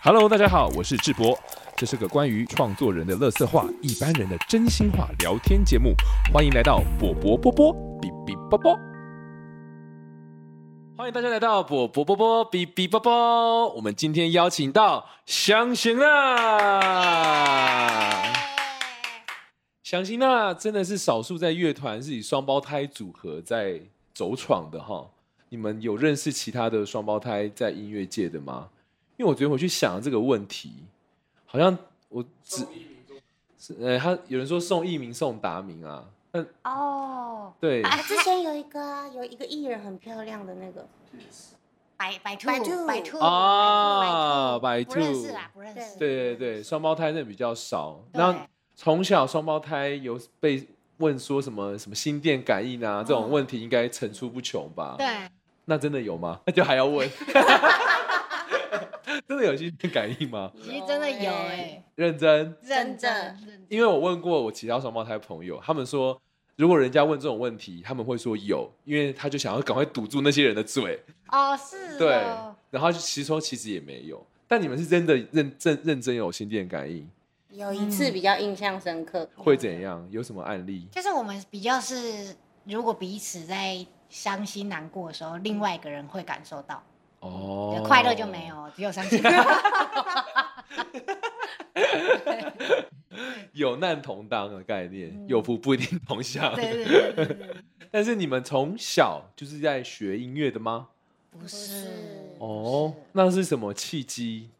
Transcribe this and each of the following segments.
Hello，大家好，我是智博，这是个关于创作人的乐色话、一般人的真心话聊天节目，欢迎来到波波波波比比波波。欢迎大家来到波波波波比比波波，我们今天邀请到香啊行啦。相信那啊真的是少数在乐团是以双胞胎组合在走闯的哈。你们有认识其他的双胞胎在音乐界的吗？因为我昨天回去想这个问题，好像我只是呃，他有人说宋一鸣、宋达明啊，但哦，对哎啊，之前有一个啊有一个艺人很漂亮的那个，百百兔哦百兔百兔啊，百不度，认识啦，不认识。对对对，双胞胎那比较少。对那从小双胞胎有被问说什么什么心电感应啊这种问题，应该层出不穷吧？嗯对，那真的有吗？那就还要 问。 真的有心电感应吗？其实真的有哎，认真，认真真认真因为我问过我其他双胞胎朋友，他们说，如果人家问这种问题，他们会说有，因为他就想要赶快堵住那些人的 嘴，哦，是对哦，。然后其实说其实也没有，但你们是真的认真认真有心电感应，有一次比较印象深刻，会怎样？嗯有什么案例？就是我们比较是，如果彼此在伤心难过的时候，另外一个人会感受到，哦对快乐就没。有，只有伤心。 有难同当的概念，嗯有福不一定同享。对对对对对对， 但是你们从小就是在学音乐的吗？不是哦不是，那是什么契机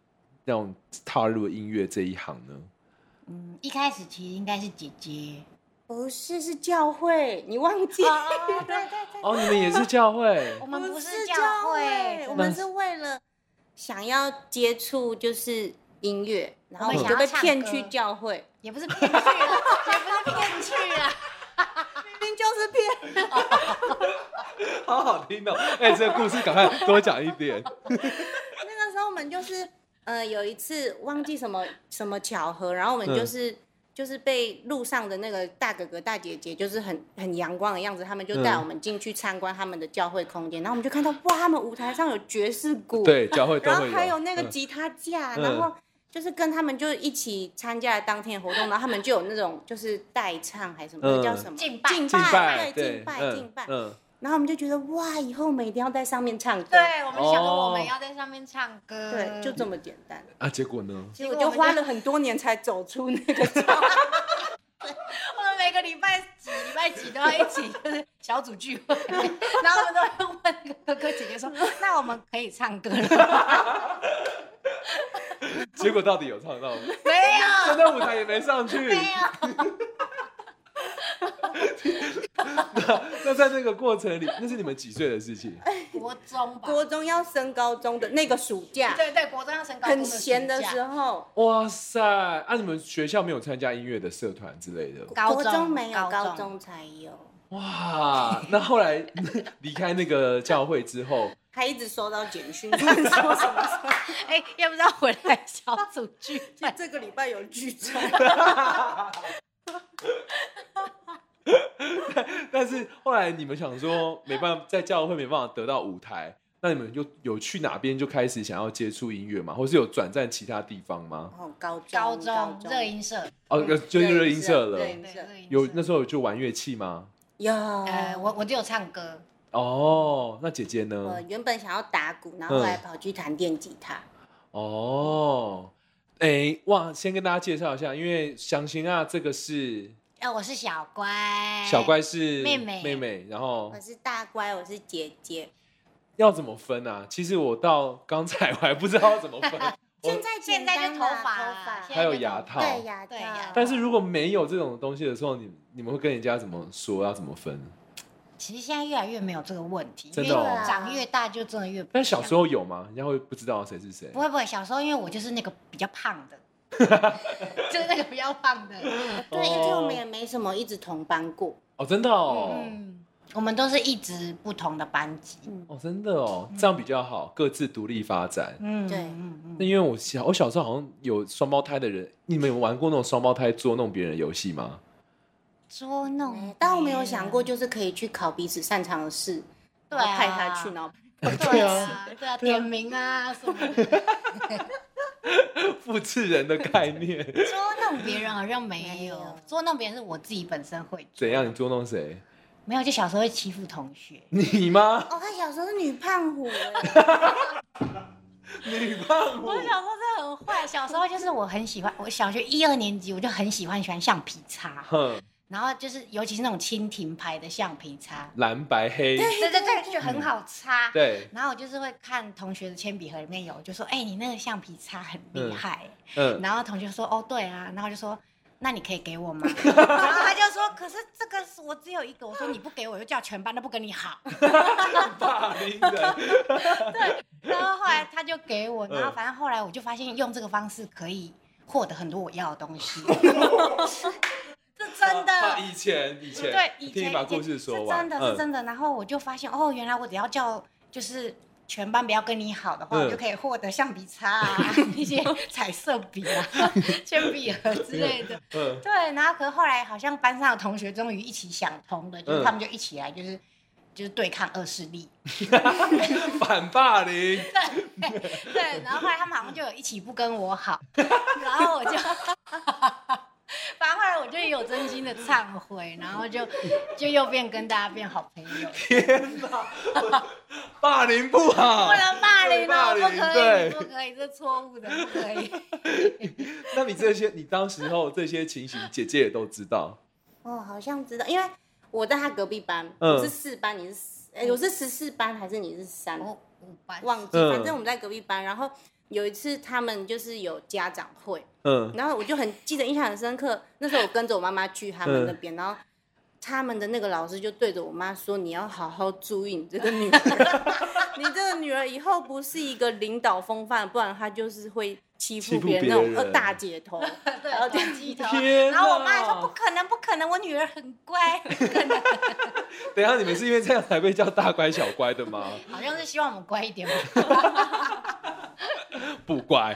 让踏入音乐这一行 呢？嗯，一开始其实应该是姐姐，不是是教会，你忘记？哦， 对对对，哦，你们也是教会 我们不是是教会，会，我我那们们是为了想要接触就是音乐，然后我我们就被想要骗唱去歌教会， 也不是骗去啊，也不是骗去啊。明明就是骗。好好听哦！哎、这个故事赶快多讲一 点。那个时候我们就是呃有一次忘记什么什么巧合，然后我们嗯就是。就是被路上的那个大哥哥大姐姐，就是很很阳光的样子，他们就带嗯我们进去参观他们的教会空间，然后我们就看到哇，他们舞台上有爵士鼓，对，教会都然会后还有那个嗯吉他架，嗯然后就是跟他们就一起参加了当天活动，然后他们就有那种就是代唱还是什么，嗯那叫什么敬拜敬敬拜，对，敬拜嗯敬拜。嗯，然后我们就觉得哇，以后我们一定要在上面唱歌，对，我们想哦说我们要在上面唱歌，对，就这么简单。啊，结果呢？结果就花了很多年才走出那个教会，我们每个礼拜几礼拜几都要一起，就是小组聚会，然后我们都会问那个哥哥姐姐说：“那我们可以唱歌了 吗结果到底有唱到吗？？”没有，嗯真的舞台也没上 去。没有，那在那个过程里，那是你们几岁的事情？哎国中吧， 国中要升高中的那个暑假，对对，国中要升高中很闲的时候，候，哇塞！啊，你们学校没有参加音乐的社团之类的？高国中没有，高高，中才有，哇！那后来离开那个教会之后，还一直收到简讯，问说什么时候哎，要不要回来小组聚就 会？这个礼拜有剧 场。但是后来你们想说没办法，在教会没办法得到舞台，那你们就有去哪边就开始想要接触音乐吗？或是有转战其他地方吗？哦，高中高中热音社，哦，嗯就是热音社了热。音对，社热音有社那时候有就玩乐器吗？有呃，我我就有唱歌，哦，那姐姐我呢？呃原本想要打鼓，然后后来跑去弹电吉他。哦，哎、哇！先跟大家介绍一下，因为祥兴啊，这个是哎，我是小乖，小乖是哎妹妹妹妹，然后我是大乖，我是姐姐。要怎么分啊？其实我到刚才 我还不知道怎么分，我在现在就头发啊，头还有牙套发，对牙对牙套套。但是如果没有这种东西的时候，你你们会跟人家怎么说？要怎么分？其实现在越来越没有这个问题，真的因为哦长越大就真的越不一样。但小时候有吗？人家会不知道谁是谁？不会不会，小时候因为我就是那个比较胖 的，就是那个比较胖的，对，而且我们也没什么一直同班过。哦，真的哦，嗯，我们都是一直不同的班级，嗯，哦，真的哦，这样比较好，各自独立发展。嗯，对嗯那嗯，因为我小我小时候好像有双胞胎的人，你们有玩过那种双胞胎捉弄别人的游戏吗？捉弄，哦哎但我没有想过，，就是可以去考彼此擅长的事，对然啊后派他去，然后啊 对啊，对啊，点名啊什么的， 复制人的概念。捉弄别人好像没没有有，捉弄别人是我自己本身会 做怎样？你捉弄谁？没有，就小时候会欺负同学，你吗？哦，他小时候是女胖虎哎， 你胖我小时候真的很坏，小时候就是我很喜欢，我小学一二年级我就很喜欢喜欢橡皮擦，哼，然后就是尤其是那种蜻蜓牌的橡皮擦，蓝白黑，对对对，就很好擦。对，然后我就是会看同学的铅笔盒里面有，就说：“哎、你那个橡皮擦很厉害。嗯，然后同学说：“哦，对啊。”然后我就说：“那你可以给我吗？”然后他就说：“可是这个是我只有一个。”我说：“你不给我，我就叫全班都不跟你好。霸凌人，”然后后来他就给我，嗯然后反正后来我就发现用这个方式可以获得很多我要的 东西。这 真啊的，以前以前，对，以听前你把以前故事说是完，嗯真的是的，真的。然后我就发现，哦，原来我只要叫就是全班不要跟你好的话，嗯我就可以获得橡皮擦 啊、一些彩色笔啊、铅笔盒之类的。嗯， 对，然后可是后来好像班上的同学终于一起想通了，嗯就是他们就一起来，就是。就是对抗恶势力，反霸凌，对，然后后来他们好像就有一起不跟我好， 然后我就，反正后来我就有真心的忏悔，然后就就又变跟大家变好朋友，天哪， 霸凌不好不，能霸凌哦，不能不霸可以，凌对不可以，这错误的，不可以。那你这些，你当时候这些情形，姐姐也都知道，哦，好像知道，因为我在他隔壁班，嗯我是四班，你是四，哎，我是十四班还是你是三？哦我五班忘记，嗯反正我们在隔壁班。然后有一次他们就是有家长会，嗯，然后我就很记得印象很深刻。那时候我跟着我妈妈去他嗯们那边，然后他们的那个老师就对着我妈说：“你要好好注意你这个女儿， 你这个女儿以后不是一个领导风范，不然她就是会欺欺负负别人别那种呃人大姐头。 对，然后就短鸡头。天然后我妈还哪说不可能，不可能，我女儿很乖，不可能，等一下你们是因为这样才被叫大乖小乖的 吗？好像是希望我们乖一点吧。不乖。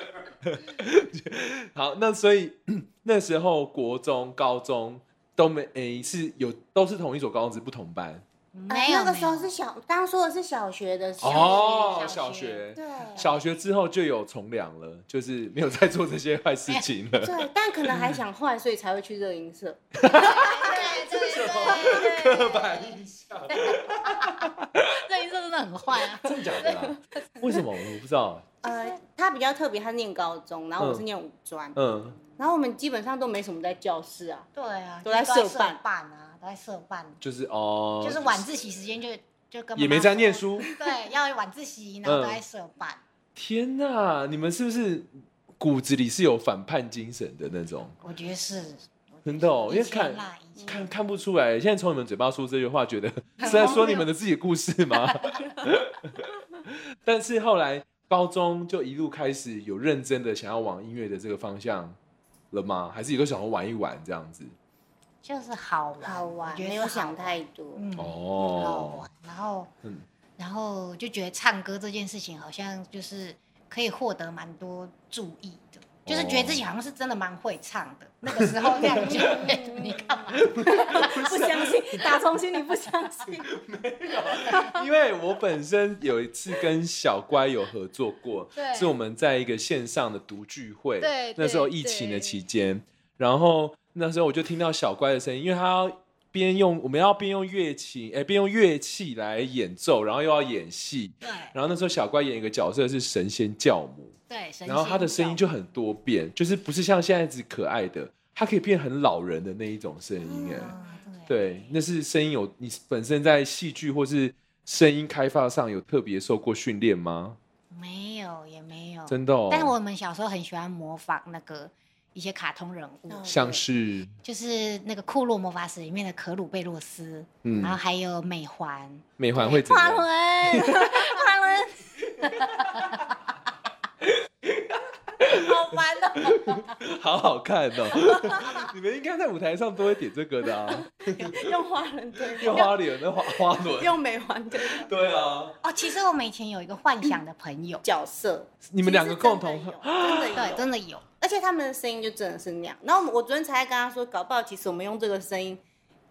好，那所以 那时候国中、高中都没诶、是有都是同一所高中，只是不同班没呃有，那个时候没有是小，刚刚说的是小学的时候，哦，小小学学。对。小学之后就有从良了，就是没有再做这些坏事情了。对，但可能还想坏，所以才会去热音社。对哎对对对 对刻板印象，对， 这真的很坏啊。真的假的 啦？为什么我不知道？呃，他比较特别，他念高中，然后我是嗯念五专，嗯，然后我们基本上都没什么在教室啊。对啊，都在就社办啊，都在社办，就是哦，就是晚自习时间就就跟妈妈也没在念说。书。对，要晚自习，然后嗯都在社办。天哪，你们是不是骨子里是有反叛精神的那种？我觉得是，真的哦，因以为前看啦，以前看看不出来。现在从你们嘴巴说这句话，觉得是在说你们的自己故事吗？ 但是后来高中就一路开始有认真的想要往音乐的这个方向了吗？还是有个想要玩一玩这样子？就是好玩，好玩我，觉得没有是好想玩太多。嗯，好哦玩，然后嗯然后就觉得唱歌这件事情好像就是可以获得蛮多注意的，就是觉得自己好像是真的蛮会唱哦的。那个时候那样觉 得，你干嘛？ 不相信，打从心里不相信。 因为我本身有一次跟小乖有合作过，对是我们在一个线上的读聚会，对那时候对疫情的对期间，然后那时候我就听到小乖的声音，因为他要边用我们要边用乐器，哎、边用乐器来演奏，然后又要演戏，对然后那时候小乖演一个角色是神仙教母，对，神然后仙他的声音教就很多变，就是不是像现在只可爱的，他可以变很老人的那一种声音，哎、母啊对对，那是声音有你本身在戏剧或是声音开发上有特别受过训练吗？没有也没有，真的、哦，哦但我们小时候很喜欢模仿那个一些卡通人物，嗯像是就是那个《库洛魔法使》里面的可鲁贝洛斯，嗯然，后还有美环。美环会怎华样？伦，华伦，好烦哦！好好看哦！ 你们应该在舞台上都会点这个的啊，用花轮对用花脸那花花轮，用美环对对啊，哦，其实我们以前有一个幻想的朋友，角色，你们两个共同其实真的有，真的 对，有。真的有，而且他们的声音就真的是那样。然后我们我昨天才跟他说，搞不好其实我们用这个声音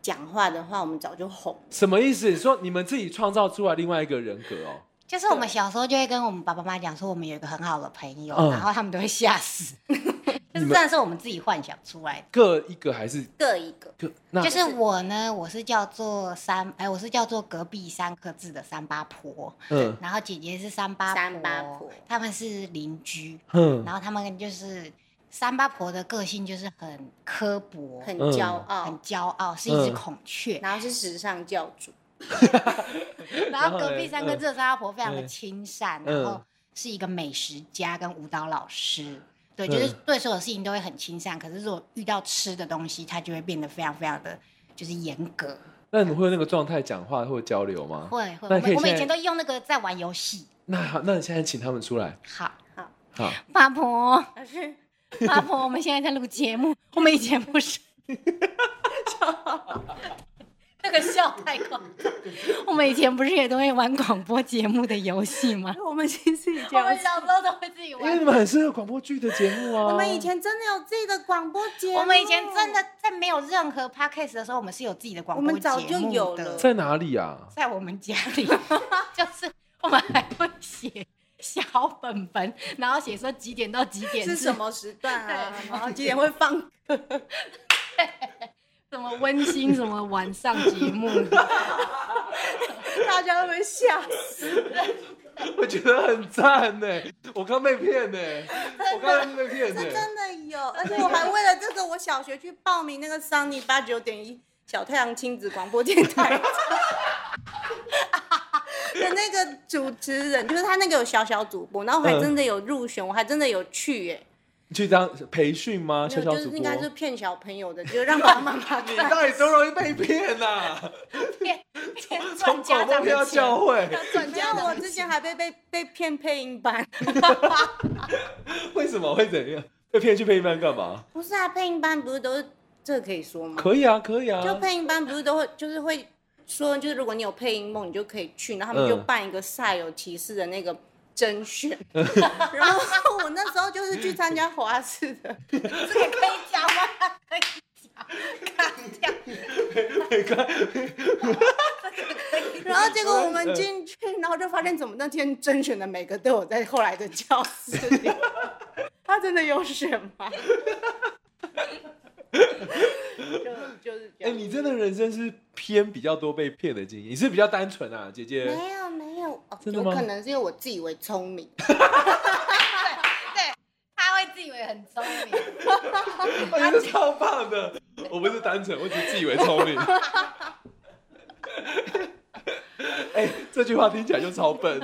讲话的话，我们早就红了。什么意思？说你们自己创造出来另外一个人格哦？就是我们小时候就会跟我们爸爸妈妈讲说，我们有一个很好的朋友，嗯然后他们都会吓死， 就你是真们的是我们自己幻想出来的。各一个还是各一个。各？那就是我呢，我是叫做三，哎，我是叫做隔壁三颗字的三八婆，嗯然后姐姐是三八三八婆他们是邻居，哼然后他们就是三八婆的个性就是很刻薄，很嗯骄很傲，骄傲，是一只嗯孔雀。然后是时尚教主，然后隔壁然三后嘞个这三阿婆非常的嗯亲善，嗯然后是一个美食家跟舞蹈老师。对，就是嗯对所有事情都会很亲善，可是如果遇到吃的东西，他就会变得非常非常的就是严格。那你们会有那个状态讲话或交流吗？会会，那我可以们我们现在以前都用那个在玩游戏。那好，那你现在请他们出来，好，好，八婆， 八婆，我们现在在录节目，我们以前不是。那个笑太夸张， 我们以前不是也都会玩广播节目的游戏吗？ 我们其实以我们小时候都会自己因为玩你们很适合广播剧的节目啊。我们以前真的有自己的广播节目， 我们以前真的在没有任何 podcast 的时候，我们是有自己的广播我们早就节目有的了在哪里啊？在我们家里， 就是我们还会写小本本，然后写说几点到几点是什么时段啊？然后几点会放歌？ 什么温馨什么晚上节目，大家会不会吓死？我觉得很赞呢，我刚被骗呢，我刚刚被骗呢。这真的有，而且我还为了这个，我小学去报名那个桑尼八九点一小太阳亲子广播电台 的那个主持人，就是他那个有小小主播，然后我还真的有入选，我还真的有去耶、你去当培训吗？没悄有，悄就主是播？应该是骗小朋友的，就让爸爸妈妈你看。 到底多容易被骗呐、啊？骗 骗从赚家广播骗到长的钱。 教会，转交我之前还被被被骗配音班，为什么会怎样？被骗去配音班干嘛？不是啊，配音班不是都是这可以说吗？可以啊，可以啊。就配音班不是都会就是会说，就是如果你有配音梦，你就可以去，然后他们就嗯办一个赛有其事的那个甄选， 然后我那时候就是去参加华视的，这个可以讲吗？ 可以讲，砍掉。没关 然后结果我们进去，然后就发现怎么那天甄选的每个都有在后来的教室里，他真的有选 吗？就就是这哎、样你真的人生是偏比较多被骗的经验，你是比较单纯啊，姐姐。没有没有，哦真的有吗可能是因为我自以为聪明，对，他会自以为很聪明。我觉得超棒的。我不是单纯，我只是自以为聪明。哎、这句话听起来就超笨。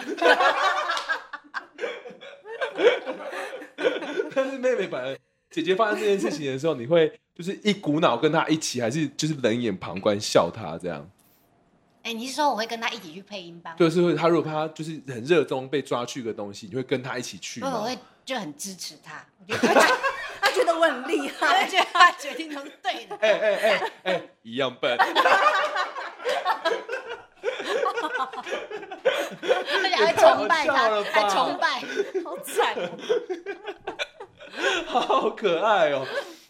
但是妹妹反而，姐姐发生这件事情的时候，你会就是一股脑跟她一起，还是就是冷眼旁观笑她这样？哎、你是说我会跟他一起去配音班吗？就是会，她如果她就是很热衷被抓去一个东西，你会跟她一起去所以哦我吗？会就很支持他，我就觉得 他他觉得我很厉害。 我就觉得他决定都是对的。哎哎哎哎，一样笨。而且还崇拜太好笑了他吧，还崇拜，好惨、哦！ 好可爱哦、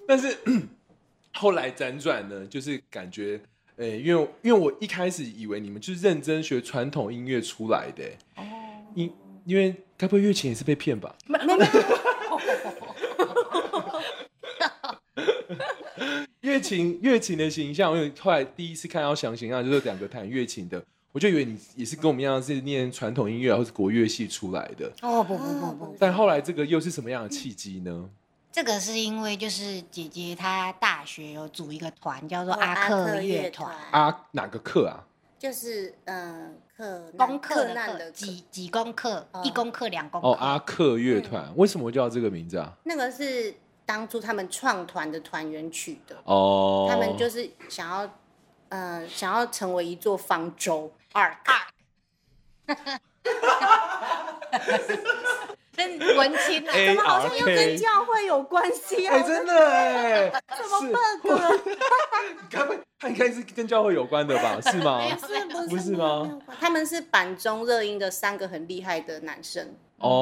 但是 后来辗转呢，就是感觉，呃、因为因为我一开始以为你们就是认真学传统音乐出来的、因因为该不会月琴也是被骗吧？哦没没没， 月琴月琴的形象，因为后来第一次看到详情啊，就是两个弹月琴的，我就以为你也是跟我们一样是念传统音乐啊或是国乐系出来的。哦不不不不，但后来这个又是什么样的契机呢？这个是因为就是姐姐她大学有组一个团叫做哦阿克克乐乐团，团啊，哪个课啊？就是嗯，克难功课克难的的克课几几功课哦，嗯一功课两功哦，课，阿克乐团，为什么叫这个名字啊？那个是当初他们创团的团员取的，哦，他们就是想要呃想要成为一座方舟 ark， 真文青 啊， A 怎么好像 R 又跟 K，教会有关系啊？哎，真的哎，怎是么办啊哥？你该不会他应该是跟教会有关的 吧？是吗？不是不是不是吗没有关他们是板中热音的三个很厉害的男生，跟我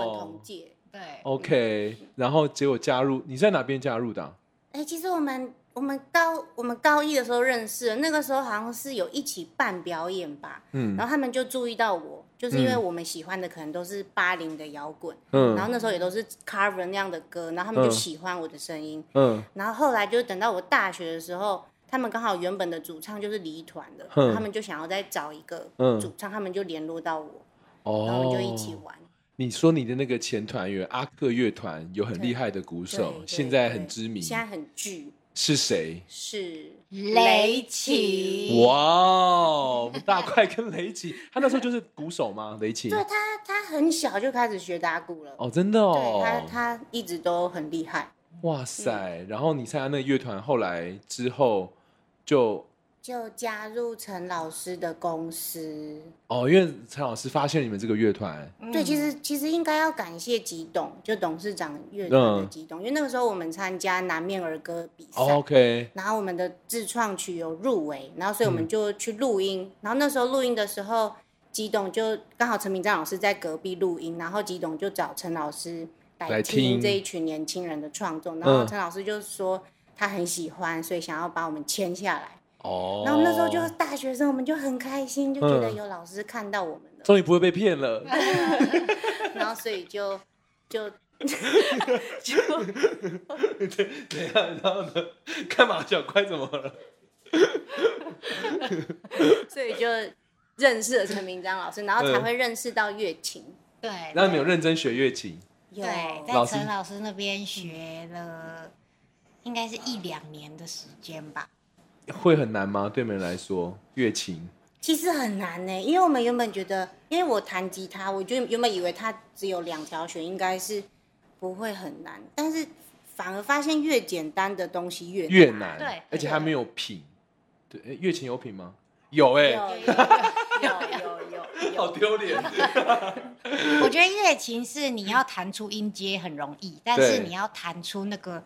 们哦同届。对， ，OK，然后结果加入，你在哪边加入的啊？哎、其实我们我们高我们高一的时候认识的，那个时候好像是有一起办表演吧，嗯然后他们就注意到我，就是因为我们喜欢的可能都是八零的摇滚，嗯然后那时候也都是 cover 那样的歌，然后他们嗯就喜欢我的声音，嗯然后后来就等到我大学的时候，他们刚好原本的主唱就是离团的，嗯然后他们就想要再找一个嗯主唱，他们就联络到我，哦，然后我们就一起玩。你说你的那个前团员阿克乐团有很对厉害的鼓对手，对现在很对知名，现在很巨，是谁？是雷奇哇哦，我们大块跟雷奇，他那时候就是鼓手吗？雷奇？对他，他很小就开始学打鼓了。哦，真的哦对，他，嗯他一直都很厉害。哇塞！然后你参加那个乐团，后来之后就就加入陈老师的公司。哦，因为陈老师发现你们这个乐团，对，其嗯实其实应该要感谢吉董，就董事长乐团的嗯吉董，因为那个时候我们参加南面儿歌比赛。哦 OK，然后我们的自创曲有入围，然后所以我嗯们就去录音。然后那时候录音的时候，吉董就刚好陈明章老师在隔壁录音，然后吉董就找陈老师来来听听这一群年轻人的创作。然后嗯陈老师就说他很喜欢，所以想要把我们签下来。哦，然后那时候就是大学生，我们就很开心，就觉得嗯有老师看到我们了，终于不会被骗 了，然后所以就就对啊，然后呢？干嘛小快怎么了？所以就认识了陈明章老师，然后才嗯会认识到乐琴。对，那你们有认真学乐器？有对，老在师陈老师那边学了，应该是一两年的时间吧。会很难吗？对你们来说，乐琴其实很难呢、因为我们原本觉得，因为我弹吉他，我就原本以为它只有两条弦，应该是不会很难，但是反而发现越简单的东西越越难，对而且它没有品，对，诶乐琴有品吗？有哎、有 有有有好有，丢脸。 我觉得乐琴是你要弹出音阶很容易，但是对你要弹出那个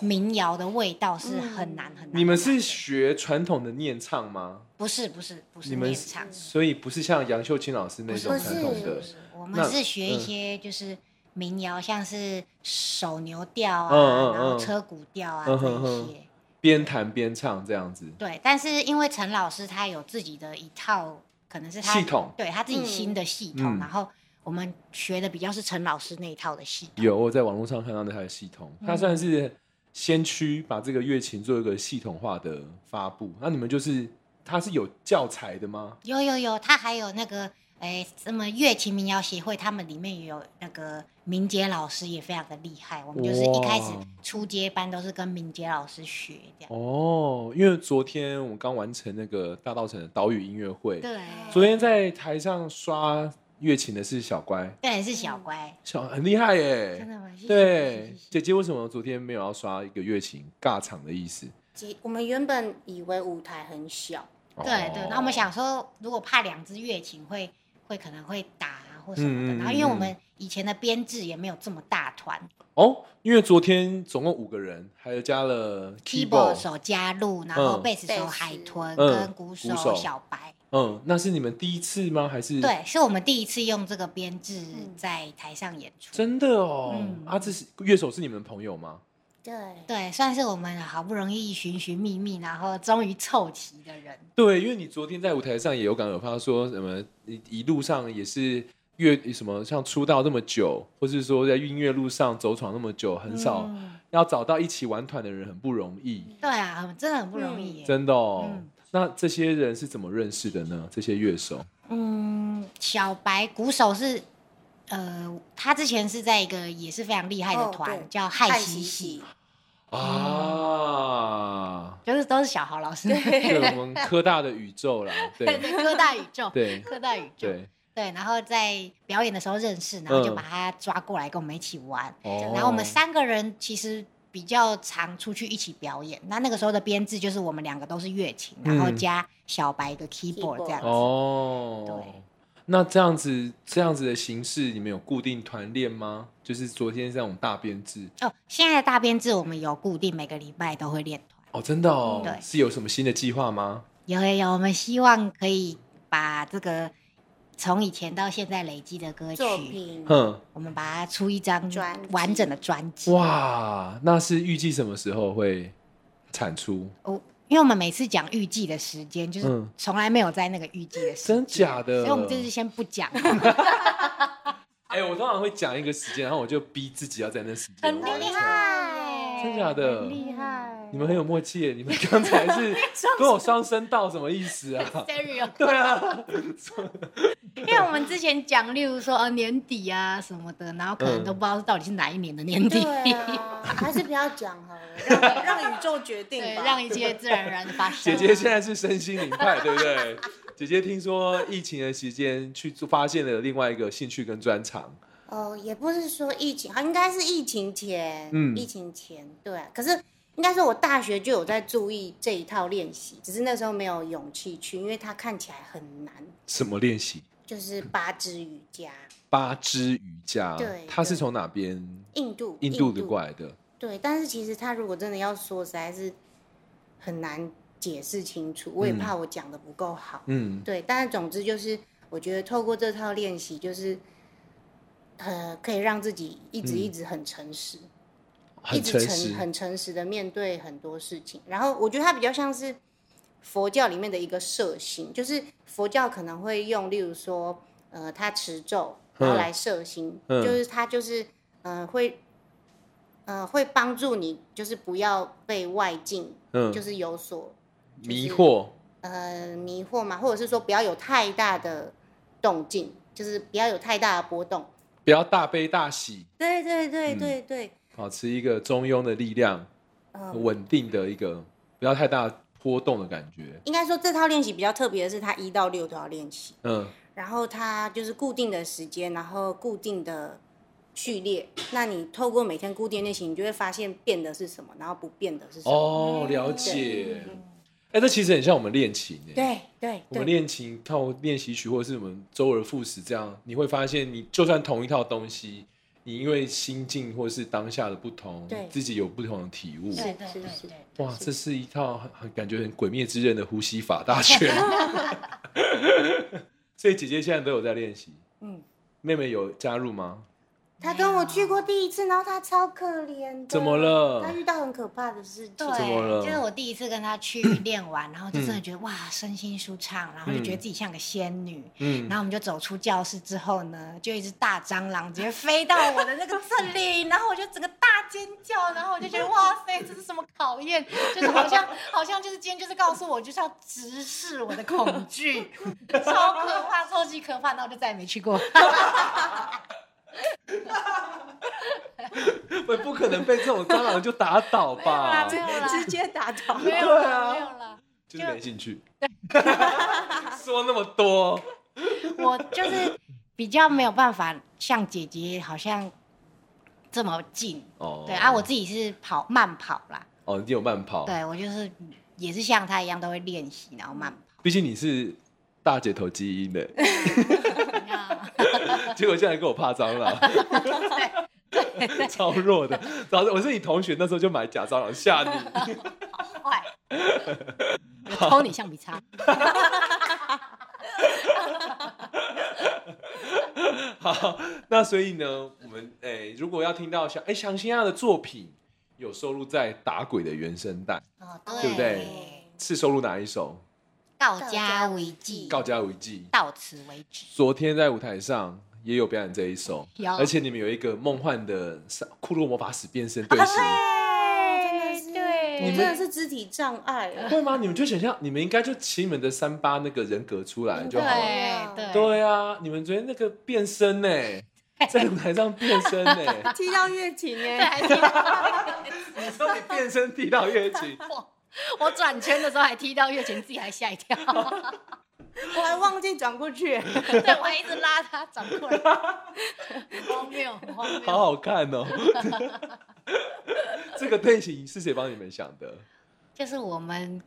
民谣的味道是很难很难。你们是学传统的念唱吗？不是不是不是你们念唱？所以不是像杨秀清老师那不是种不传是统不的，是，我那们是学嗯一些就是民谣，像是手牛调啊，嗯嗯嗯然后车鼓调啊、嗯这哼哼一些。边弹边唱这样子。对，但是因为陈老师他有自己的一套，可能是他系统对他自己新的系嗯统，然后我们学的比较是陈老师那一套的系统。有，我在网络上看到那台系统，嗯它算是先驱，把这个乐琴做一个系统化的发布。那你们就是，它是有教材的吗？有有有，他还有那个哎，什么乐器民谣协会，他们里面也有那个明杰老师也非常的厉害。我们就是一开始哇初阶班都是跟明杰老师学这样。哦，因为昨天我们刚完成那个大稻城的岛屿音乐会，对，昨天在台上刷乐琴的是小乖，对是小乖，小很厉害真耶。的吗？谢谢对，谢谢姐姐为什么昨天没有要刷一个乐琴尬场的意思？其我们原本以为舞台很小，对对，哦然后我们想说，如果怕两只乐琴会会可能会打啊或什么的，嗯嗯然后因为我嗯嗯们以前的编制也没有这么大团哦，因为昨天总共五个人，还有加了，keyboard 手加入，然后嗯贝斯手贝斯海豚嗯跟鼓鼓手手小白，嗯，那是你们第一次吗？还是？对，是我们第一次用这个编制嗯在台上演出。真的哦，嗯啊，这是乐手是你们朋友吗？对对，算是我们好不容易寻寻觅觅，然后终于凑齐的人。对，因为你昨天在舞台上也有感而发，说什么一一路上也是乐什么，像出道那么久，或是说在音乐路上走闯那么久，很少、嗯要找到一起玩团的人很不容易，对啊，很真的很不容易耶。真的哦。嗯那这些人是怎么认识的呢？这些乐手，嗯，小白鼓手是，呃，他之前是在一个也是非常厉害的哦团，对叫害喜喜 喜，，哦啊，就是都是小豪老师 对我们科大的宇宙啦，对科大宇宙，对科大宇宙，对，对，然后在表演的时候认识，然后嗯就把他抓过来跟我们一起玩，哦然后我们三个人其实。比较常出去一起表演，那那个时候的编制就是我们两个都是乐琴，然后嗯加小白一个 keyboard Keyboard 这样子。哦，对。那这样子这样子的形式，你们有固定团练吗？就是昨天这种大编制哦，现在的大编制我们有固定每个礼拜都会练团。哦，真的哦，嗯对是有什么新的计划吗？有有有，我们希望可以把这个从以前到现在累积的歌作曲，品哼，我们把它出一张专辑完整的专辑。哇，那是预计什么时候会产出？我哦因为我们每次讲预计的时间，就是嗯从来没有在那个预计的时间，真假的所以我们这次先不 讲，哎、我通常会讲一个时间，然后我就逼自己要在那时间。很完厉成害，真假的很厉害，？你们很有默契耶，你们刚才是跟我双声道什么意思啊 serial， 对啊，因为我们之前讲，例如说呃年底啊什么的，然后可能都不知道到底是哪一年的年底，对啊，还是不要讲好了，让让宇宙决定对，吧。让一切自然而然的发生。姐姐现在是身心灵派，对不对？姐姐听说疫情的期间去做发现了另外一个兴趣跟专长，哦，也不是说疫情，啊应该是疫情前，嗯疫情前，对啊、可是应该说，我大学就有在注意这一套练习，只是那时候没有勇气去，因为它看起来很难，什么练习？就是八支瑜伽，八支瑜伽，对它是对从哪边？印度，印度的过来的，对，但是其实他如果真的要说，实在是很难解释清楚，我也嗯怕我讲的不够好。嗯，对，但是总之就是，我觉得透过这套练习，就是呃，可以让自己一直嗯一直很诚实，一很直诚诚实，很诚实的面对很多事情。然后我觉得它比较像是佛教里面的一个摄心，就是佛教可能会用，例如说，呃，他持咒，然后嗯来摄心，嗯就是他就是呃会呃会帮助你，就是不要被外境嗯，就是有所就是迷惑，呃迷惑嘛，或者是说不要有太大的动静，就是不要有太大的波动。不要大悲大喜，对对对嗯对对，保持一个中庸的力量，嗯、稳定的一个，不要太大波动的感觉。应该说这套练习比较特别的是，它一到六都要练习，嗯，然后它就是固定的时间，然后固定的序列。那你透过每天固定练习，你就会发现变的是什么，然后不变的是什么。哦，了解。哎、这其实很像我们练琴诶。对对我们对，练琴套练习曲，或者是我们周而复始这样，你会发现，你就算同一套东西，你因为心境或是当下的不同对，自己有不同的体悟。对对对是是对，哇，这是一套很很感觉很《鬼灭之刃》的呼吸法大 全。所以姐姐现在都有在练习，嗯，妹妹有加入吗？他跟我去过第一次，然后他超可怜的。怎么？他了？遇到很可怕的事情。怎么了对，就是我第一次跟他去练完，然后就真的觉得哇，身心舒畅，然后就觉得自己像个仙女。嗯然，后我们就走出教室之后呢，就一只大蟑螂直接飞到我的那个这里，然后我就整个大尖叫，然后我就觉得哇塞，这是什么考验？就是好像好像就是今天就是告诉我，就是要直视我的恐惧，超可怕，超级可怕，然后我就再也没去过。不不可能被这种蟑螂就打倒吧？ 啊没有啦，直接打倒。没有对啦，啊没有啦。就是没兴趣。 说那么多，我就是比较没有办法像姐姐好像这么近，哦，对啊，我自己是跑慢跑啦，哦，你有慢跑，对我就是也是像她一样都会练习，然后慢跑。毕竟你是大姐头基因的，那结果现在跟我怕蟑螂，超弱的。早知我是你同学，那时候就买假蟑螂吓你。坏，我抽你橡皮擦，好，那所以呢，我们诶、如果要听到哎小诶详新亚的作品，有收录在打鬼的原声带，哦对不对？是收录哪一首？ 到家为《止，告家无忌》。到此为止。昨天在舞台上也有表演这一首有，而且你们有一个梦幻的萨库洛魔法使变身队形，真的是，对你我们真的是肢体障碍。 会吗？你们就想象，你们应该就骑你们的三八那个人格出来 就好了。对嗯 对对啊，你们昨天那个变身呢、在舞台上变身呢、 踢到月琴对，哎，还踢到你说你变身踢到乐器，我， 我转圈的时候还踢到月琴，自己还吓 一跳。 我还忘记转过去。欸对，我还一直拉他转过来，荒谬，荒谬。好好看哦。这个队形是谁帮你们想的？就是我们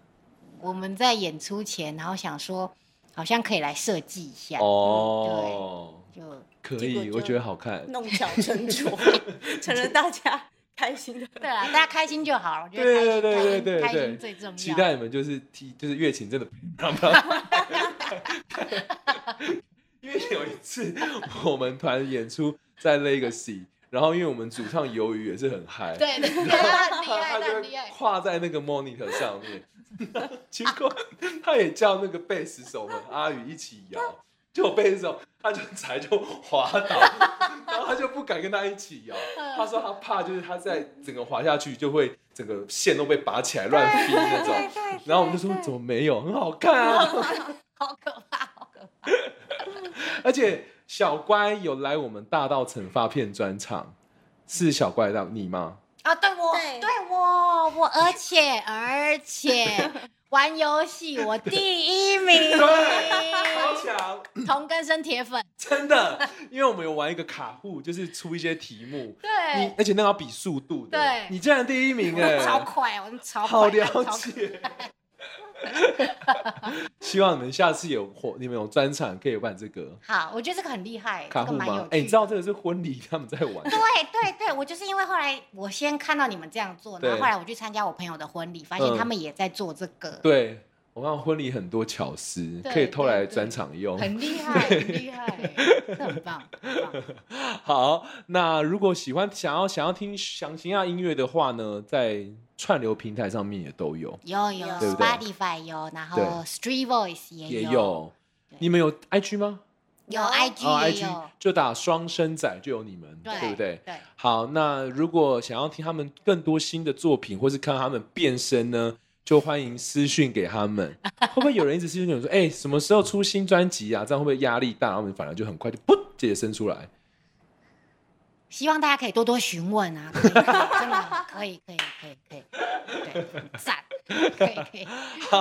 我们在演出前，然后想说好像可以来设计一下，哦，就可结果以，就我觉得好看。弄巧成拙，成了大家开心的。 对啊啦，大家开心就好了。我觉对对得开对对心对开心开对，心最重要。期待你们就是踢，就是月琴真的让他。因为有一次我们团演出在 Legacy，然后因为我们主唱鱿鱼也是很嗨， 对对对，他很厉他害，他就很会厉害。跨在那个 monitor 上面， 结果他也叫那个贝斯手们阿宇一起摇，就贝斯手他就踩就滑倒，然后他就不敢跟他一起摇，嗯他说他怕就是他在整个滑下去就会整个线都被拔起来乱飞那种，然后我们就说怎么没有，很好看啊，好可怕，好可怕！而且小乖有来我们大道城发片专场，是小乖的你吗？啊，对我，对对我，我而且而 且玩游戏我第一名， 超强。同根生铁粉， 真的，因为我们有玩一个卡户，就是出一些题目，你对，而且那个要比速度的，对你竟然第一名哎、我 超快，我超快，好了 超快解。 希望你们下次有活，你们有专场可以玩这个好，我觉得这个很厉害，卡这个户蛮有吗趣？哎、你的知道这个是婚礼他们在玩的， 对对对，我就是因为后来我先看到你们这样做，然后对后来我去参加我朋友的婚礼，发现嗯他们也在做这个，对我看婚礼很多巧思，对可以偷来对对专场用。很厉害，很厉害，这很棒，很棒。 好，那如果喜欢想要想要听详情啊音乐的话呢，在串流平台上面也都有，有有有对不对 Spotify 有，然对后 Street Voice 也也有，有。对你们有 IG 吗？有哦 IG 哦也有，IG，就打双生仔就有你们，对不对？对，好，那如果想要听他们更多新的作品，或是看他们变身呢，就欢迎私讯给他 们。会不会有人一直私讯我说，哎、什么时候出新专辑啊？这样会不会压力大？然后我们反而就很快就噗直接生出 来。希望大家可以多多询问啊，可以真的可以可以可以可以，对，赞，可以可以，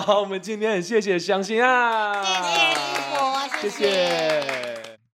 好，我们今天很谢谢相信啊，谢谢世博，谢谢